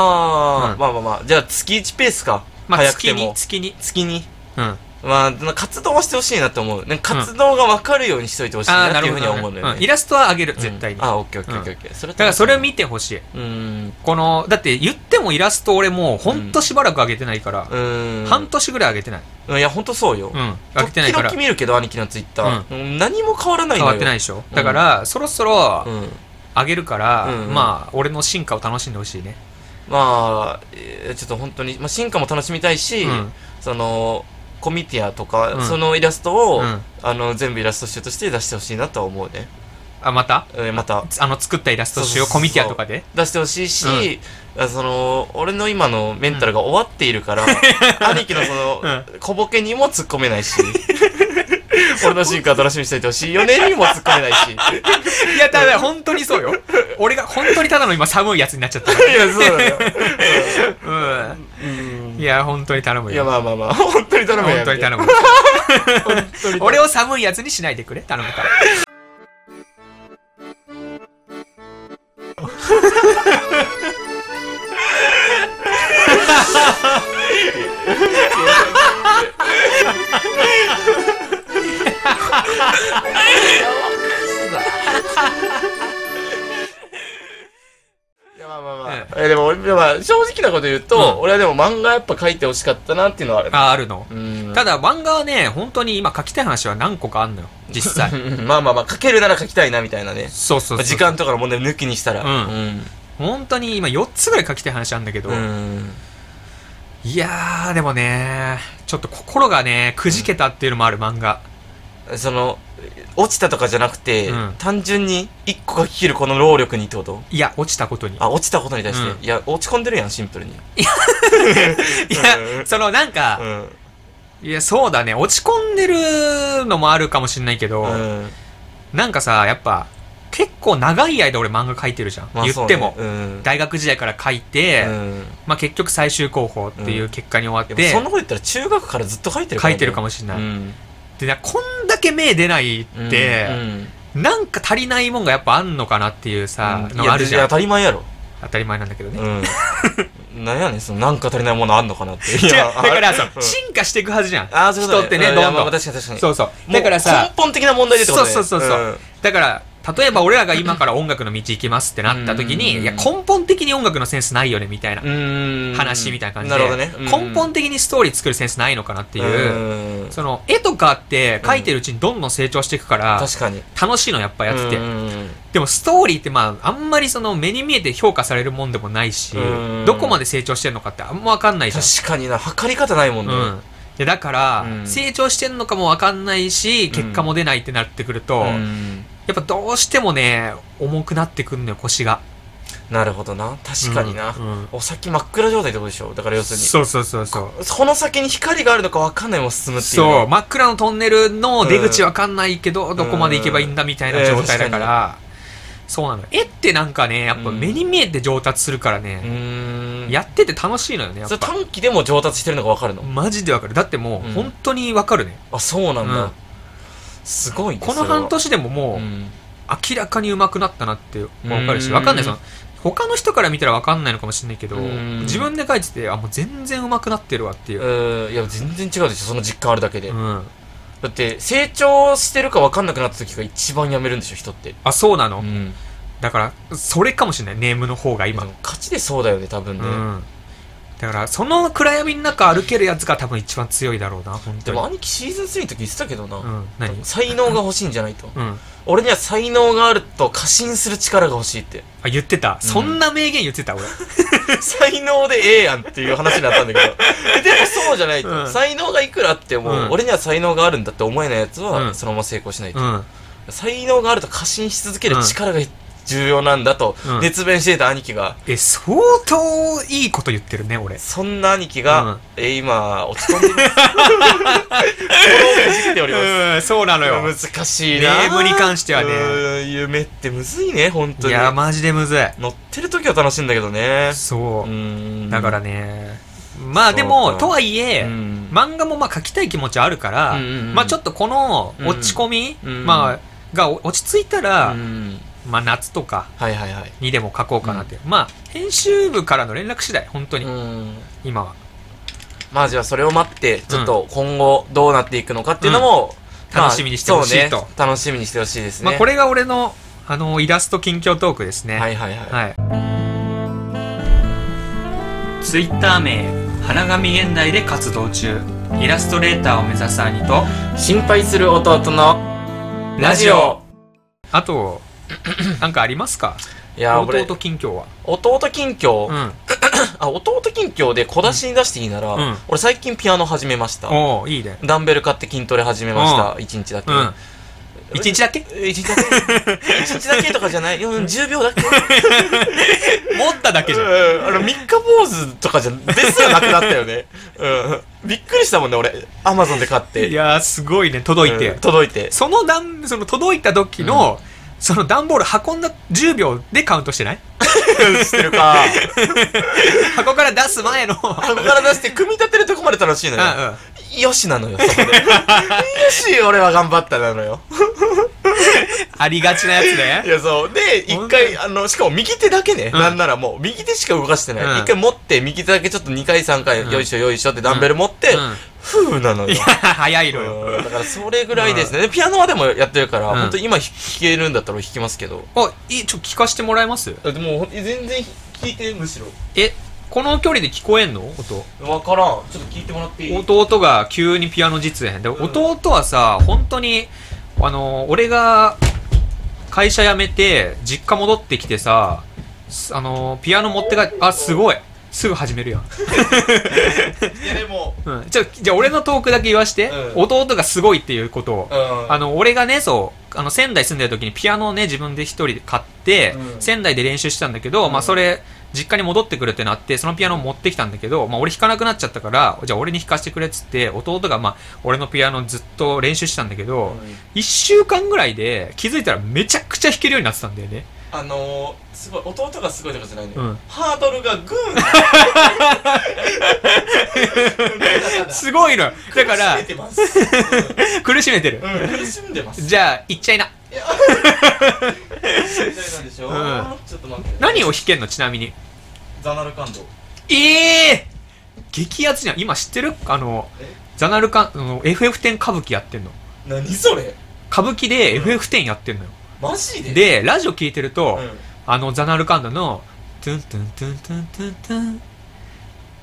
Speaker 1: あ、
Speaker 2: うん
Speaker 1: まあまあまあ。じゃあ月1ペースか。
Speaker 2: まあ、
Speaker 1: 早くて
Speaker 2: 月に、
Speaker 1: も。
Speaker 2: 月に。
Speaker 1: 月に。
Speaker 2: うん。あ
Speaker 1: まあ、活動はしてほしいなと思う。なんか活動が分かるようにしといてほしい
Speaker 2: あー、
Speaker 1: な
Speaker 2: な
Speaker 1: ってい
Speaker 2: る
Speaker 1: うふ
Speaker 2: ほ
Speaker 1: う
Speaker 2: ど、ね
Speaker 1: には思うのよ、ね
Speaker 2: うんイラストはあげる、絶対に。
Speaker 1: うんあ
Speaker 2: だ
Speaker 1: ー、オッケーオッケーオッケーオッケー。それだ
Speaker 2: からそれを見てほしい。
Speaker 1: うーん。
Speaker 2: この、だって言ってもイラスト俺もうほんとしばらく上げてないから、
Speaker 1: うーん。
Speaker 2: 半年ぐらい上げてない。
Speaker 1: いや、ほんとそうよ。
Speaker 2: うん。上げてないから
Speaker 1: 時々見るけど、兄貴のツイッター。うん何も変わらない
Speaker 2: 変
Speaker 1: のよ。
Speaker 2: わってない
Speaker 1: い。
Speaker 2: でしょ。だから、そろそろ
Speaker 1: うん。
Speaker 2: 上げるから、
Speaker 1: うん
Speaker 2: まあ、俺の進化を楽しんでほしいね。
Speaker 1: まあ、えーちょっと本当に、まあ、進化も楽しみたいし、
Speaker 2: うん
Speaker 1: その、コミティアとか、
Speaker 2: うん
Speaker 1: そのイラストを、
Speaker 2: うん
Speaker 1: あの、全部イラスト集として出してほしいなとは思うね。
Speaker 2: あ、また
Speaker 1: うんまた。
Speaker 2: あの、作ったイラスト集を
Speaker 1: そうそうそう
Speaker 2: コミティアとかで。
Speaker 1: 出してほしいし、あその俺の今のメンタルが終わっているから、兄貴のその、
Speaker 2: う [LAUGHS]
Speaker 1: 小ボケにも突っ込めないし俺の進化を楽しみにしていてほしいよねにも突っ込めないし。い
Speaker 2: いや、ただ、本当にそう
Speaker 1: [LAUGHS]
Speaker 2: よ。俺が本当にただの今寒いやつになっちゃったか
Speaker 1: や、そうだよ。
Speaker 2: ら。
Speaker 1: うん
Speaker 2: うん。いや、本当に頼む
Speaker 1: いや、
Speaker 2: よ。
Speaker 1: まあまあまあ、本当に頼むよ。
Speaker 2: 本当に
Speaker 1: [LAUGHS]
Speaker 2: 頼む。
Speaker 1: む
Speaker 2: 俺を寒いやつにしないでくれ、頼むから。
Speaker 1: いやまあまあまあ、えでも俺でもまあ正直なこと言うと、
Speaker 2: うん
Speaker 1: 俺はでも漫画やっぱ書いてほしかったなっていうのはある
Speaker 2: あ、あるの。
Speaker 1: うん
Speaker 2: ただ、漫画はね、本当に今書きたい話は何個かあん
Speaker 1: [LAUGHS]
Speaker 2: のよ。実際。
Speaker 1: うんまあまあまあ書けるなら書きたいなみたいなね
Speaker 2: そうそうそう。
Speaker 1: 時。間とかの問題抜きにしたら
Speaker 2: う本当に今4つぐらい書きたい話あんだけど。
Speaker 1: うん、うん
Speaker 2: いやー、でもね、ちょっと心がね、くじけたっていうのもある漫画。
Speaker 1: その落ちたとかじゃなくて、
Speaker 2: うん
Speaker 1: 単純に一個書き切るこの労力にってこと
Speaker 2: いや、落ちたことに。
Speaker 1: あ落ちたことに対して、
Speaker 2: うん
Speaker 1: いや落ち込んでるやんシンプルに
Speaker 2: いや、そのなんか
Speaker 1: う、ん
Speaker 2: いや、そうだね。落ち込んでるのもあるかもしんないけど、
Speaker 1: うん
Speaker 2: なんかさ、やっぱ、結構長い間俺漫画描いてるじゃん。
Speaker 1: まあ
Speaker 2: 言っても、
Speaker 1: そうねうん
Speaker 2: 大学時代から描いて、
Speaker 1: うん
Speaker 2: まあ結局最終候補っていう結果に終わっ
Speaker 1: でも
Speaker 2: て、
Speaker 1: そんなこと言ったら中学からずっと書いてる
Speaker 2: 描いてるか
Speaker 1: も
Speaker 2: もしん
Speaker 1: し
Speaker 2: ない。
Speaker 1: うん
Speaker 2: で、なこんだけ目出ないって、
Speaker 1: うん
Speaker 2: なんか足りないもんがやっぱあんのかなっていうさ、
Speaker 1: うんい
Speaker 2: の
Speaker 1: や
Speaker 2: あるじ
Speaker 1: い
Speaker 2: ゃ
Speaker 1: や
Speaker 2: ん
Speaker 1: 当。たり前やろ
Speaker 2: 当たり前なんだけどね。
Speaker 1: うん。なんやねん、その、なんか足りないものあんのかなって。い
Speaker 2: [LAUGHS] 違う、
Speaker 1: や
Speaker 2: だからさ、
Speaker 1: うん
Speaker 2: 進化していくはずじゃん。
Speaker 1: あーそういうこと
Speaker 2: 人ってね、
Speaker 1: うん
Speaker 2: どん
Speaker 1: まあ
Speaker 2: ど
Speaker 1: まあ
Speaker 2: ん。
Speaker 1: 確かに確かに。
Speaker 2: そうそう。
Speaker 1: もう
Speaker 2: だからさ、
Speaker 1: 根本的な問題でってことね
Speaker 2: そうそうそうそうだから例えば俺らが今から音楽の道行きますってなった時に、
Speaker 1: うん
Speaker 2: いや根本的に音楽のセンスないよねみたいな
Speaker 1: うん。うん
Speaker 2: 話みたいな感じで、
Speaker 1: なるほどね。
Speaker 2: 根本的にストーリー作るセンスないのかなって
Speaker 1: て
Speaker 2: いう、
Speaker 1: いうん。
Speaker 2: その絵とかって描いてるうちにどんどん成長していくから、
Speaker 1: 確かに。
Speaker 2: 楽しいのやっぱやってて、
Speaker 1: うん
Speaker 2: でもストーリーってまああんまりその目に見えて評価されるもんでもないし、
Speaker 1: うん
Speaker 2: どこまで成長してるのかってあんま分かんないじゃん。
Speaker 1: 確かにな、測り方ないもんね。
Speaker 2: うんでだから、
Speaker 1: うん
Speaker 2: 成長してんのかも分かんないし結果も出ないってなってくると、
Speaker 1: うん
Speaker 2: やっぱどうしてもね、重くなってくんのよ、腰が。
Speaker 1: なるほどな。確かにな
Speaker 2: うんうん。
Speaker 1: お先真っ暗状態ってことでしょ。だから要するに。
Speaker 2: そうそうそうそう。
Speaker 1: この先に光があるのか分かんないまま進むっていうね。
Speaker 2: そう、真っ暗のトンネルの出口わかんないけど、どこまで行けばいいんだみたいな状態だから、そうなの。絵ってなんかね、やっぱ目に見えて上達するから
Speaker 1: う
Speaker 2: ね、
Speaker 1: ん。
Speaker 2: やってて楽しいのよね、や
Speaker 1: それ
Speaker 2: っぱ。
Speaker 1: 短期でも上達してるのが分かるの
Speaker 2: マジでわかる。だっても
Speaker 1: う
Speaker 2: う、
Speaker 1: ん
Speaker 2: 本当にわかるね。
Speaker 1: あ、そうな
Speaker 2: う
Speaker 1: ん
Speaker 2: ん
Speaker 1: だ。すごいね
Speaker 2: こ
Speaker 1: そ
Speaker 2: の
Speaker 1: れは
Speaker 2: 半年でももう、
Speaker 1: うん
Speaker 2: 明らかに上手くなったなってわかるし、
Speaker 1: うん
Speaker 2: わかんない、その、他の人から見たらわかんないのかもしれないけど、
Speaker 1: うん
Speaker 2: 自分で描いてて、あ、もう全然上手くなってるわっていうう。
Speaker 1: ーんいや全然違うでしょその実感あるだけで、
Speaker 2: うん。
Speaker 1: だって成長してるか分かんなくなった時が一番やめるんでしょ人って
Speaker 2: あ、そうなの、
Speaker 1: ん
Speaker 2: だから、それかもしれない、ネームの方が今。
Speaker 1: 今
Speaker 2: う
Speaker 1: 勝ちでそうだよね多分ね、
Speaker 2: ん。だから、その暗闇の中歩けるやつが多分一番強いだろうな、本当
Speaker 1: で
Speaker 2: に。
Speaker 1: も兄貴シーズン3の時言ってたけどな、
Speaker 2: うん、何
Speaker 1: 才能が欲しいんじゃないと
Speaker 2: うん。
Speaker 1: 俺には才能があると過信する力が欲しいって
Speaker 2: [LAUGHS] あ、言ってた。そんな名言言ってた、俺。
Speaker 1: 才能でええやんっていう話になったんだけどでもそうじゃないと、
Speaker 2: うん
Speaker 1: 才能がいくらあっても、
Speaker 2: うん
Speaker 1: 俺には才能があるんだって思えないやつ
Speaker 2: う
Speaker 1: は
Speaker 2: ん
Speaker 1: そのまま成功しないと、
Speaker 2: うん。
Speaker 1: 才能があると過信し続ける力が重要なんだと
Speaker 2: うん
Speaker 1: 熱弁していた兄貴が、
Speaker 2: え、相当いいこと言ってるね、俺。
Speaker 1: そんな兄貴が、
Speaker 2: うん
Speaker 1: えー今落ち込んで
Speaker 2: [LAUGHS]
Speaker 1: います心をくじけております
Speaker 2: うん、そうなのよ。
Speaker 1: 難しいな
Speaker 2: ネームに関してはね
Speaker 1: うーん夢ってむずいね本
Speaker 2: い
Speaker 1: 当に
Speaker 2: や、マジでむずい。
Speaker 1: 乗ってる時は楽しいんだけどね
Speaker 2: そう
Speaker 1: ー
Speaker 2: う。
Speaker 1: ん
Speaker 2: だからね。まあ
Speaker 1: そうか
Speaker 2: でも、とはいえ、
Speaker 1: うん
Speaker 2: 漫画もまあ書きたい気持ちはあるから、
Speaker 1: うんうんうん
Speaker 2: まあちょっとこの落ち込み、
Speaker 1: うん
Speaker 2: まあ、が落ち着いたら、
Speaker 1: うん
Speaker 2: まあ夏とか
Speaker 1: はいはいはい
Speaker 2: にでも書こうかなって、まあ編集部からの連絡次第本当に、
Speaker 1: うん
Speaker 2: 今は
Speaker 1: まあじゃあそれを待ってちょっと今後どうなっていくのかっていうのも、
Speaker 2: うん楽しみにしてほしいと
Speaker 1: まあそうね楽しみにしてほしいですね
Speaker 2: まあこれが俺のあのイラスト近況トークですね
Speaker 1: はいはいはい、
Speaker 2: はい、ツイッター名花神現代で活動中イラストレーターを目指す兄と
Speaker 1: 心配する弟のラジオ
Speaker 2: あと [COUGHS] なんかありますか
Speaker 1: いや俺
Speaker 2: 弟近況は
Speaker 1: 弟近況、
Speaker 2: うん
Speaker 1: あ、弟近況で小出しに出していいなら、
Speaker 2: うん
Speaker 1: 俺最近ピアノ始めました。
Speaker 2: おおいいね
Speaker 1: ダンベル買って筋トレ始めました。一日だけ、
Speaker 2: うん一日だけ
Speaker 1: 一日だけ [LAUGHS] 一日だけとかじゃないうん10秒だけ
Speaker 2: 持っただけじゃん。
Speaker 1: うん、あの三日坊主とかじゃですらなくなったよね、うん、びっくりしたもんね俺アマゾンで買って
Speaker 2: いやー、すごいね、届いて。
Speaker 1: うん届い [LAUGHS] て
Speaker 2: その段、その届いた時の、その段ボール運んだ10秒でカウントして
Speaker 1: [LAUGHS]
Speaker 2: ない
Speaker 1: してる [LAUGHS] か
Speaker 2: 箱から出す前の、
Speaker 1: 箱から出して組み立てるとこまで楽しいのよ、
Speaker 2: うんうん
Speaker 1: よしなのよそこでよし俺は頑張ったなのよ
Speaker 2: ありがちなやつ
Speaker 1: い
Speaker 2: ね。
Speaker 1: やそうで一回あのしかも右手だけね、
Speaker 2: うん
Speaker 1: なんならもう右手しか動かしてない、
Speaker 2: うん
Speaker 1: 一回持って右手だけちょっと2回3回、
Speaker 2: うん
Speaker 1: よいしょよいしょってダンベル持って、
Speaker 2: うん
Speaker 1: ふうなのよ
Speaker 2: いや、早いのよ。
Speaker 1: うんだからそれぐらいですね、でピアノはでもやってるから、
Speaker 2: うん
Speaker 1: 本当に今弾けるんだったら弾きますけど
Speaker 2: あ、いい、ちょ、聞かしてもらえます
Speaker 1: でもう全然聞いてむしろ
Speaker 2: え、この距離で聞こえんの音。
Speaker 1: わからんちょっと聞いてもらっていい
Speaker 2: 弟が急にピアノ実演で、
Speaker 1: うん
Speaker 2: 弟はさ本当にあの俺が会社辞めて実家戻ってきてさすあのピアノ持って帰ってあすごいすぐ始めるやん、
Speaker 1: いやでも
Speaker 2: うん、ちょじゃあ俺のトークだけ言わして、
Speaker 1: うん
Speaker 2: 弟がすごいっていうことを、
Speaker 1: うん
Speaker 2: あの俺がねそうあの仙台住んでる時にピアノをね自分で一人で買って、
Speaker 1: うん
Speaker 2: 仙台で練習してたんだけど、まあそれ実家に戻ってくるってなってそのピアノを持ってきたんだけど、まあ、俺弾かなくなっちゃったからじゃあ俺に弾かせてくれっつって弟がまあ俺のピアノずっと練習してたんだけど、1週間ぐらいで気づいたらめちゃくちゃ弾けるようになってたんだよね
Speaker 1: あのー、すごい弟がすごいとかじゃないのよ、
Speaker 2: うん
Speaker 1: ハードルがグーン
Speaker 2: すごいのよだから
Speaker 1: 苦しめてます、う
Speaker 2: 苦しめてる、
Speaker 1: んうん苦しんでます
Speaker 2: じゃあ行っちゃいな
Speaker 1: みたいなんでしょ、
Speaker 2: うん
Speaker 1: ちょっと待って
Speaker 2: 何を弾けんのちなみに
Speaker 1: ザナル感動
Speaker 2: ええ激アツじゃん今知ってるあの
Speaker 1: え
Speaker 2: ザナルカンあの FF10 歌舞伎やってんの
Speaker 1: 何それ
Speaker 2: 歌舞伎で
Speaker 1: うん
Speaker 2: FF10 やってんのよ、
Speaker 1: マジで、
Speaker 2: でラジオ聞いてると、
Speaker 1: うん
Speaker 2: あのザナルカンダのトゥントゥントゥントゥントゥン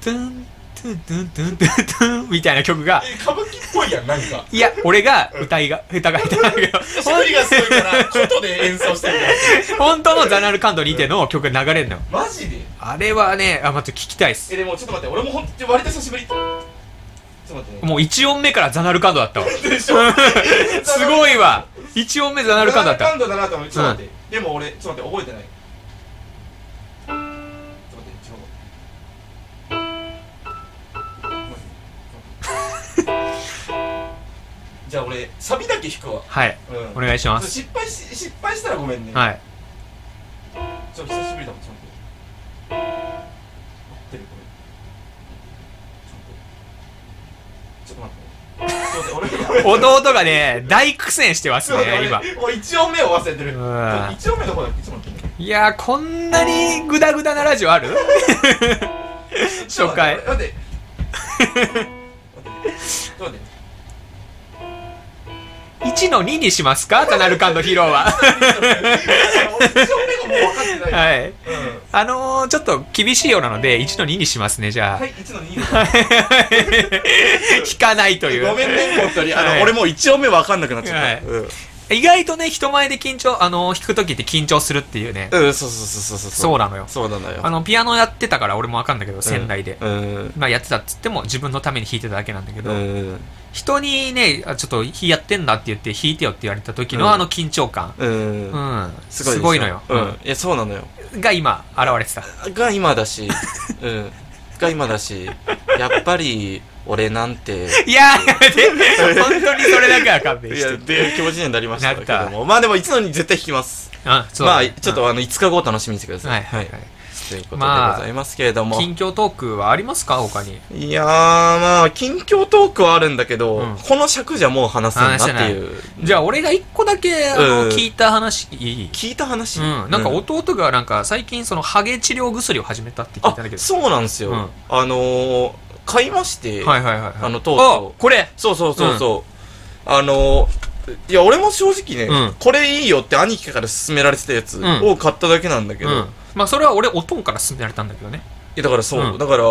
Speaker 2: トゥントゥントゥントゥントゥントゥントゥンみたいな曲が
Speaker 1: え歌舞伎っぽいやんなんか
Speaker 2: いや俺が歌いが歌が下手なんだ
Speaker 1: [LAUGHS]
Speaker 2: けど
Speaker 1: 一人がすごいから琴で演奏してるんだよ
Speaker 2: 本当のザナルカンドにての曲が流れるのよ
Speaker 1: マジで
Speaker 2: あれはねあまた聞きたいっす
Speaker 1: えでもちょっと待って俺も本当に割と久しぶりちょっと待ってね
Speaker 2: もう1音目からザナルカンドだったわす
Speaker 1: で
Speaker 2: [LAUGHS]
Speaker 1: しょ
Speaker 2: ごいわ1音目ザナルカンドだった
Speaker 1: ザナルカンドだなと思ってちょっと待って、でも俺ちょっと待って覚えてないちょっと待ってちょっと待って [LAUGHS] じゃあ俺サビだけ弾くわ
Speaker 2: はい
Speaker 1: うん
Speaker 2: お願いします
Speaker 1: 失敗し失敗したらごめんね、
Speaker 2: はい
Speaker 1: ちょっと久しぶりだもんちょっと待って合ってるこれちょっと待ってちょっと待って俺
Speaker 2: 弟がね大苦戦してますね今
Speaker 1: 今もう一音目を忘れてる
Speaker 2: う
Speaker 1: 一
Speaker 2: ん
Speaker 1: 音目の方だっけちょっと待ってね
Speaker 2: いやーこんなにグダグダなラジオある初回
Speaker 1: ちょっと待って待ってちょっと待って
Speaker 2: 1の2にしますかザナルカンド披露は
Speaker 1: 一音目がもう分かってないよ
Speaker 2: はい
Speaker 1: うん
Speaker 2: あのー、ちょっと厳しいようなので1の2にしますねじゃあ、
Speaker 1: はい一の二の
Speaker 2: [LAUGHS] 引かないという
Speaker 1: ごめんね本当にあ
Speaker 2: はい
Speaker 1: の俺もう一音目分かんなくなっち
Speaker 2: は
Speaker 1: ゃ
Speaker 2: い
Speaker 1: ったうん
Speaker 2: 意外とね人前で緊張あのー、弾く時って緊張するっていうね
Speaker 1: うんそうそうそうそう
Speaker 2: そうなのよ
Speaker 1: そうなのよ
Speaker 2: あのピアノやってたから俺もわかんだけど
Speaker 1: うん
Speaker 2: 仙台で、
Speaker 1: うん
Speaker 2: まあやってたっつっても自分のために弾いてただけなんだけど、
Speaker 1: うん
Speaker 2: 人にねあちょっと弾やってんだって言って弾いてよって言われた時の、
Speaker 1: うん
Speaker 2: あの緊張感
Speaker 1: うん
Speaker 2: うんすご
Speaker 1: で
Speaker 2: い
Speaker 1: しょ
Speaker 2: のよ、
Speaker 1: うん。いや、そうなのよ。
Speaker 2: うんが今現れてた
Speaker 1: が今だし、うん。が今だし、やっぱり、俺なんて、
Speaker 2: いやーやめ [LAUGHS] て本当にそれだけは勘弁
Speaker 1: い
Speaker 2: して
Speaker 1: や、で、気持ちにはなりました
Speaker 2: な
Speaker 1: けど
Speaker 2: った
Speaker 1: も。まあでも、いつのに絶対弾きます。
Speaker 2: あそう
Speaker 1: ま
Speaker 2: だ
Speaker 1: あ、
Speaker 2: ね
Speaker 1: ちょっとあの、5日後を楽しみにしてくだ
Speaker 2: うん
Speaker 1: さ。
Speaker 2: はいいはいはい
Speaker 1: ということでご
Speaker 2: まあ
Speaker 1: ざいますけれども。
Speaker 2: 近況トークはありますか他に
Speaker 1: いやー、まあ、近況トークはあるんだけど、
Speaker 2: うん
Speaker 1: この尺じゃもう話せんなっていう。
Speaker 2: じゃあ俺が一個だけあ
Speaker 1: う
Speaker 2: の
Speaker 1: ん
Speaker 2: 聞いた話いい
Speaker 1: 聞いた話、
Speaker 2: うんなんか弟がなんか最近そのハゲ治療薬を始めたって聞い
Speaker 1: あ
Speaker 2: たんだけ、ど
Speaker 1: そうなんですよ。
Speaker 2: うん
Speaker 1: あのー、買いまして、
Speaker 2: はいはいはいはい
Speaker 1: あのとうとう
Speaker 2: あこれ
Speaker 1: そうそうそうそう、あのいや俺も正直ね、
Speaker 2: うん
Speaker 1: これいいよって兄貴から勧められてたやつ
Speaker 2: うん
Speaker 1: を買っただけなんだけど、
Speaker 2: う
Speaker 1: い
Speaker 2: んまあそれは俺おとんから勧められたんだけどね
Speaker 1: やだからそう、
Speaker 2: うん
Speaker 1: だから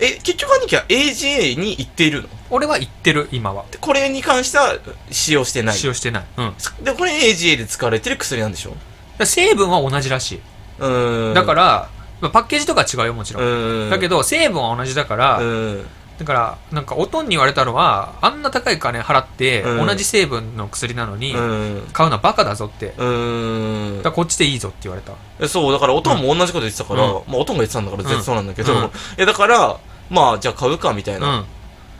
Speaker 1: え結局兄貴は AGA に行っているの
Speaker 2: 俺は言ってる今は
Speaker 1: でこれに関しては使用してない
Speaker 2: 使用してない、うん、だか
Speaker 1: でこれ AGA で使われてる薬なんでしょ
Speaker 2: ら成分は同じらしい、
Speaker 1: うーん
Speaker 2: だからら、まあ、パッケージとかは違うよもち
Speaker 1: う
Speaker 2: ろん、
Speaker 1: ーん
Speaker 2: だけ
Speaker 1: ど
Speaker 2: ど成分は同じだから、
Speaker 1: うん
Speaker 2: だからなんかおとんに言われたのはあんな高い金払って
Speaker 1: うん
Speaker 2: 同じ成分の薬なのに
Speaker 1: うん
Speaker 2: 買うのはバカだぞってだか
Speaker 1: うん
Speaker 2: らこっちでいいぞって言われた
Speaker 1: そう、だから、おとんも同じこと言ってたから、
Speaker 2: うん
Speaker 1: まあ、おとんが言ってたんだから、絶対そうなんだけど、
Speaker 2: うん
Speaker 1: え、だから、まあ、じゃあ買うか、みたいな。
Speaker 2: うん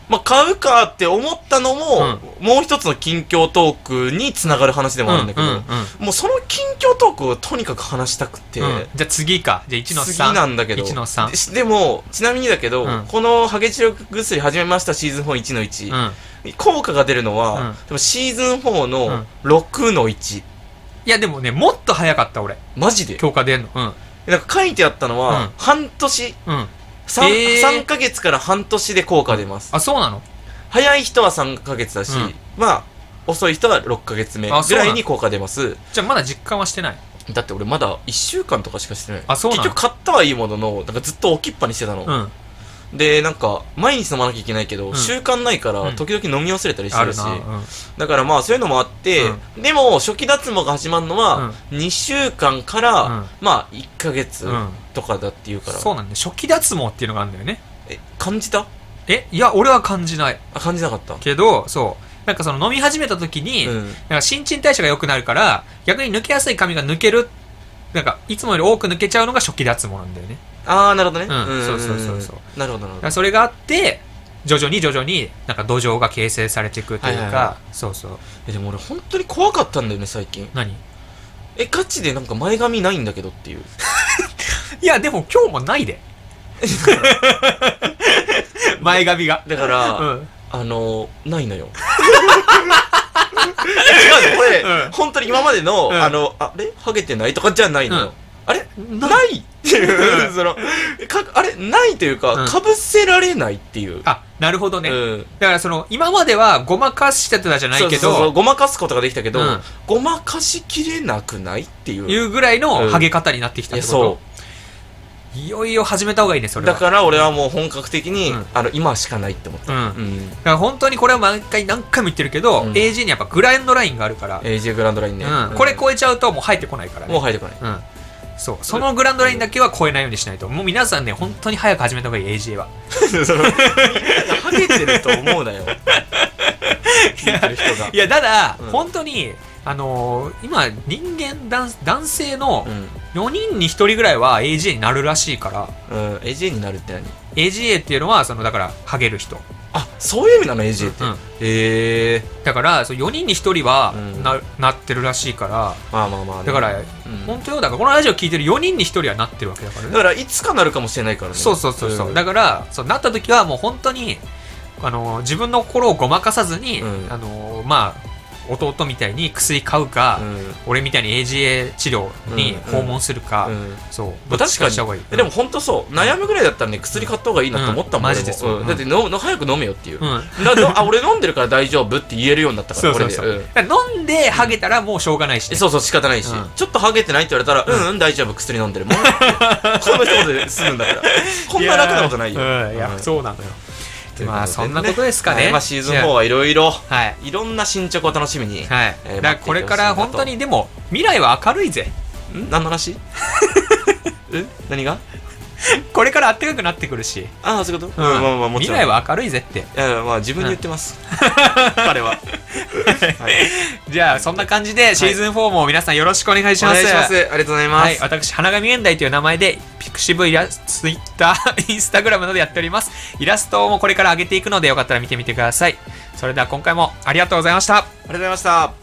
Speaker 1: まあ、買うかって思ったのも、もう一つの近況トークにつながる話でもあるんだけど、
Speaker 2: うんうんうん
Speaker 1: もうその近況トークをとにかく話したくて、
Speaker 2: うんじゃあ次かじゃあ1の3
Speaker 1: 次なんだけど
Speaker 2: 1の3
Speaker 1: でしでもちなみにだけど、
Speaker 2: うん
Speaker 1: このハゲチロ薬始めましたシーズン4 1の
Speaker 2: う
Speaker 1: 1、
Speaker 2: ん
Speaker 1: 効果が出るのは、
Speaker 2: うん
Speaker 1: でもシーズン4
Speaker 2: う
Speaker 1: の
Speaker 2: ん
Speaker 1: 6の1、
Speaker 2: いやでもねもっと早かった俺
Speaker 1: マジで
Speaker 2: 強化出んのうん
Speaker 1: なんか書いてあったのは、
Speaker 2: うん
Speaker 1: 半年
Speaker 2: うん
Speaker 1: 3,、
Speaker 2: えー
Speaker 1: 三ヶ月から半年で効果出ます、
Speaker 2: あそうなの
Speaker 1: 早い人は3ヶ月だし、
Speaker 2: うん
Speaker 1: まあ遅い人は6ヶ月目
Speaker 2: あ
Speaker 1: ぐ
Speaker 2: そうな
Speaker 1: ら
Speaker 2: ん
Speaker 1: いに効果出ます
Speaker 2: じゃあまだ実感はしてない
Speaker 1: だって俺まだ1週間とかしかしてない
Speaker 2: あそうな
Speaker 1: 結
Speaker 2: の
Speaker 1: 局買ったはいいもののなんかずっと置きっぱにしてたの、
Speaker 2: うん
Speaker 1: でなんか毎日飲まなきゃいけないけど、
Speaker 2: うん
Speaker 1: 習慣ないか
Speaker 2: う
Speaker 1: ら
Speaker 2: ん
Speaker 1: 時々飲み忘れたりし
Speaker 2: あ
Speaker 1: てる
Speaker 2: る
Speaker 1: し、
Speaker 2: なうん
Speaker 1: だからまあそういうのもあって、でも初期脱毛が始まるのは2週間から、
Speaker 2: うん
Speaker 1: まあ1ヶ月
Speaker 2: うん
Speaker 1: とかだっていうから、
Speaker 2: そうなんだよ初期脱毛っていうのがあるんだよね
Speaker 1: え感じた
Speaker 2: えいや俺は感じない
Speaker 1: あ感じなかった
Speaker 2: けどそうなんかその飲み始めた時に、
Speaker 1: う
Speaker 2: なん
Speaker 1: ん
Speaker 2: か新陳代謝が良くなるから逆に抜けやすい髪が抜けるなんかいつもより多く抜けちゃうのが初期脱毛なんだよね
Speaker 1: ああなるほどね、
Speaker 2: うんそうそうそうそう
Speaker 1: なるほど
Speaker 2: だ
Speaker 1: なる
Speaker 2: か
Speaker 1: ほど
Speaker 2: らそれがあって徐々に徐々になんか土壌が形成されていくというか、
Speaker 1: はいはいは
Speaker 2: そうそう
Speaker 1: えでも俺本当に怖かったんだよね最近
Speaker 2: 何
Speaker 1: えガチでなんか前髪ないんだけどっていう
Speaker 2: いやでも今日もない
Speaker 1: [LAUGHS]
Speaker 2: で前髪が
Speaker 1: だから、
Speaker 2: うん
Speaker 1: あのないのよ。 [LAUGHS] 違うのこれ、
Speaker 2: うん
Speaker 1: 本当に今までの、
Speaker 2: うん
Speaker 1: あの、あれハゲてないとかじゃないのよ。
Speaker 2: うん
Speaker 1: あれないっていう、その、かあれないという
Speaker 2: う
Speaker 1: か、
Speaker 2: ん
Speaker 1: かぶせられないっていう。
Speaker 2: あなるほどね、
Speaker 1: うん
Speaker 2: だからその今まではごまかしてたじゃないけど
Speaker 1: そうそうそうごまかすことができたけど、
Speaker 2: うん
Speaker 1: ごまかしきれなくないっていう。
Speaker 2: いうぐらいのハゲ方になってきた
Speaker 1: い
Speaker 2: っ
Speaker 1: や
Speaker 2: てこと、
Speaker 1: そ。
Speaker 2: いよいよ始めた方がいいね、そうれは。
Speaker 1: だから俺はもう本格的に、
Speaker 2: うん
Speaker 1: あの、今しかないって思った。
Speaker 2: うん。だか
Speaker 1: うん。
Speaker 2: ら本当にこれは毎回何回も言ってるけど、
Speaker 1: うん
Speaker 2: AG にやっぱグランドラインがあるから、
Speaker 1: AJ グランドラインね。
Speaker 2: うん、これ超えちゃうともう入ってこないからね。
Speaker 1: もう入ってこ
Speaker 2: う
Speaker 1: ない。
Speaker 2: ん。そう。そのグランドラインだけは超えないようにしないと。もう皆さんね、本当に早く始めた方がいい、AG は。
Speaker 1: その、ハゲてると思うなよ。聞いてる人が
Speaker 2: い。や、ただ、
Speaker 1: うん
Speaker 2: 本当に、あのー今、人間男、男性の
Speaker 1: う
Speaker 2: 4人に1人ぐらいは AG になるらしいから、
Speaker 1: ん。うん。AJ になるって何
Speaker 2: AGA っていうのは、その、だから、ハゲる人。
Speaker 1: あ、そういう意味なの ?AJ って。
Speaker 2: うん
Speaker 1: へえ。
Speaker 2: だから、その4人に1人は
Speaker 1: うん
Speaker 2: な、なってるらしいから、
Speaker 1: まあまあまあね。
Speaker 2: だから、
Speaker 1: うん
Speaker 2: 本当よだからこのラジオ聞いてる4人に1人はなってるわけだから
Speaker 1: だ
Speaker 2: ね
Speaker 1: から、いつかなるかもしれないからね。
Speaker 2: そうそうそうそう、
Speaker 1: ん
Speaker 2: だからそうなった時はもう本当にあの自分の心をごまかさずに、
Speaker 1: うん
Speaker 2: あのまあ弟みたいに薬買うか、
Speaker 1: うん
Speaker 2: 俺みたいに AGA 治療に
Speaker 1: うん
Speaker 2: 訪問するか、
Speaker 1: うん
Speaker 2: そう
Speaker 1: まあ
Speaker 2: どっち
Speaker 1: 確かに
Speaker 2: した方がいい
Speaker 1: えでも本当そう悩むぐらいだったらね薬買った方がいいなと思ったもん
Speaker 2: うん
Speaker 1: 俺
Speaker 2: マジ
Speaker 1: も
Speaker 2: でそうん
Speaker 1: だってのの早く飲めよっていう
Speaker 2: うん、
Speaker 1: だだあ俺飲んでるから大丈夫って言えるようになったか
Speaker 2: そ
Speaker 1: ら
Speaker 2: うそうそう、だから飲んでハゲたらもうしょうがないし、
Speaker 1: え
Speaker 2: ね、
Speaker 1: そうそう仕方ないし、
Speaker 2: うん
Speaker 1: ちょっとハゲてないって言われたら、うん、うん、大丈夫、薬飲
Speaker 2: [LAUGHS]
Speaker 1: んでるもん。この一言で済むんだから。こんな楽なことないよ。
Speaker 2: やーうんいや、
Speaker 1: うん
Speaker 2: そうなのよ
Speaker 1: ということでね
Speaker 2: まあそんなことですかね
Speaker 1: はいまあシーズン4はいろいろ、
Speaker 2: はい
Speaker 1: いろんな進捗を楽しみに。
Speaker 2: はい、
Speaker 1: えー
Speaker 2: だからこれから本当にでも未来は明るいぜ
Speaker 1: ん何
Speaker 2: [LAUGHS]
Speaker 1: の話え何が
Speaker 2: これから暖かくなってくるし、
Speaker 1: ああ、そういうことうん、まあまあ、もちろん。
Speaker 2: 未来は明るいぜって
Speaker 1: いやいやまあ自分で言ってます。彼は。はい
Speaker 2: じゃあそんな感じでシーズン4も皆さんよろしくお願いし
Speaker 1: お
Speaker 2: ます。
Speaker 1: 願いします。ありがとうございま
Speaker 2: はい、
Speaker 1: す。
Speaker 2: 私、花神現代という名前で、ピクシブイラス、ツイッター、イ [LAUGHS] ンスタグラムなどやっております。イラストもこれから上げていくので、よかったら見てみてください。それでは今回もありがとうございました。
Speaker 1: ありがとうございました。